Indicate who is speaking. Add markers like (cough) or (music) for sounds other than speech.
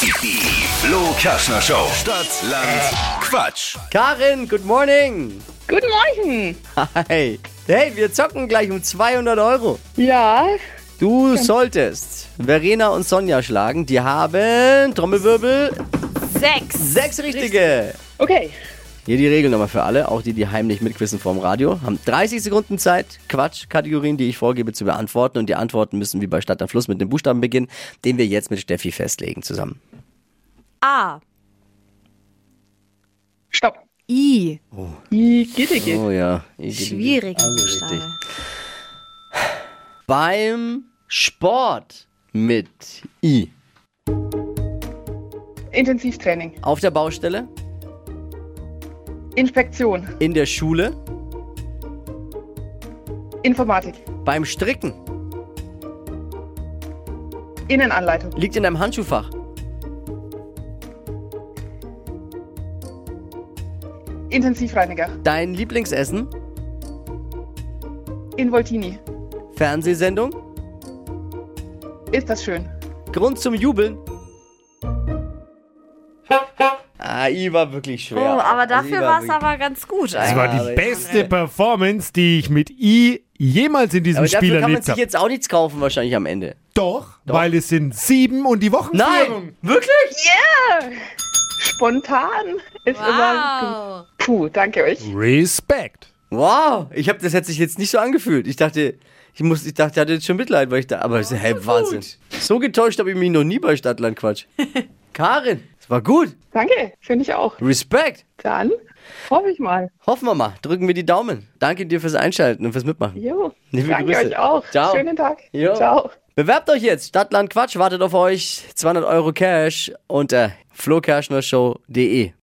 Speaker 1: Die Flo Kaschner Show. Stadt, Land, Quatsch.
Speaker 2: Karin, good morning.
Speaker 3: Guten Morgen.
Speaker 2: Hi. Hey, wir zocken gleich um 200 Euro.
Speaker 3: Ja,
Speaker 2: Du solltest Verena und Sonja schlagen. Die haben, Trommelwirbel,
Speaker 4: Sechs.
Speaker 2: sechs richtige.
Speaker 3: okay.
Speaker 2: Hier die Regel nochmal für alle, auch die, die heimlich mitquissen vorm Radio. Haben 30 Sekunden Zeit, Quatschkategorien, die ich vorgebe, zu beantworten. Und die Antworten müssen wie bei Stadt am Fluss mit dem Buchstaben beginnen, den wir jetzt mit Steffi festlegen zusammen.
Speaker 4: A.
Speaker 3: Stopp.
Speaker 4: I.
Speaker 3: I geht, geht, geht.
Speaker 2: Oh ja. Ich-
Speaker 4: Schwierige
Speaker 2: richtig.
Speaker 4: Buchstabe.
Speaker 2: Beim Sport mit I.
Speaker 3: Intensivtraining.
Speaker 2: Auf der Baustelle,
Speaker 3: Inspektion.
Speaker 2: in der Schule,
Speaker 3: Informatik.
Speaker 2: beim Stricken,
Speaker 3: Innenanleitung.
Speaker 2: liegt in deinem Handschuhfach.
Speaker 3: Intensivreiniger.
Speaker 2: Dein Lieblingsessen,
Speaker 3: Involtini.
Speaker 2: Fernsehsendung,
Speaker 3: Ist das schön?
Speaker 2: Grund zum Jubeln. Ah, I war wirklich
Speaker 4: Oh,
Speaker 2: schwer.
Speaker 4: aber
Speaker 2: I
Speaker 4: dafür war es
Speaker 2: wirklich-
Speaker 4: aber ganz gut
Speaker 5: Das
Speaker 4: eigentlich.
Speaker 5: war
Speaker 2: aber
Speaker 5: die
Speaker 2: ich-
Speaker 5: beste Performance, die ich mit I jemals in diesem
Speaker 2: Aber
Speaker 5: Spiel
Speaker 2: dafür kann man
Speaker 5: erlebt
Speaker 2: sich
Speaker 5: habe.
Speaker 2: jetzt auch nichts kaufen wahrscheinlich am Ende.
Speaker 5: Doch, weil es sind sieben und die Wochenführung.
Speaker 2: Nein, wirklich?
Speaker 3: Spontan ist immer.
Speaker 4: Wow.
Speaker 3: Puh, danke euch.
Speaker 5: Respekt.
Speaker 2: Wow, ich habe das hat sich jetzt nicht so angefühlt. Ich dachte, ich muss, ich dachte, ich hatte jetzt schon Mitleid, weil ich da, aber hey, Wahnsinn. So getäuscht habe ich mich noch nie bei Stadtland
Speaker 4: (laughs)
Speaker 2: Quatsch. Karin, es war gut.
Speaker 3: Danke, finde ich auch.
Speaker 2: Respekt.
Speaker 3: Dann hoffe ich mal.
Speaker 2: Hoffen wir mal, drücken wir die Daumen. Danke dir fürs Einschalten und fürs Mitmachen.
Speaker 3: Jo.
Speaker 2: Liebe
Speaker 3: danke
Speaker 2: Grüße.
Speaker 3: euch auch.
Speaker 2: Ciao.
Speaker 3: Schönen Tag.
Speaker 2: Jo.
Speaker 3: Ciao.
Speaker 2: Bewerbt euch jetzt. Stadtland Quatsch wartet auf euch. 200 Euro Cash unter äh, flokerschnershow.de.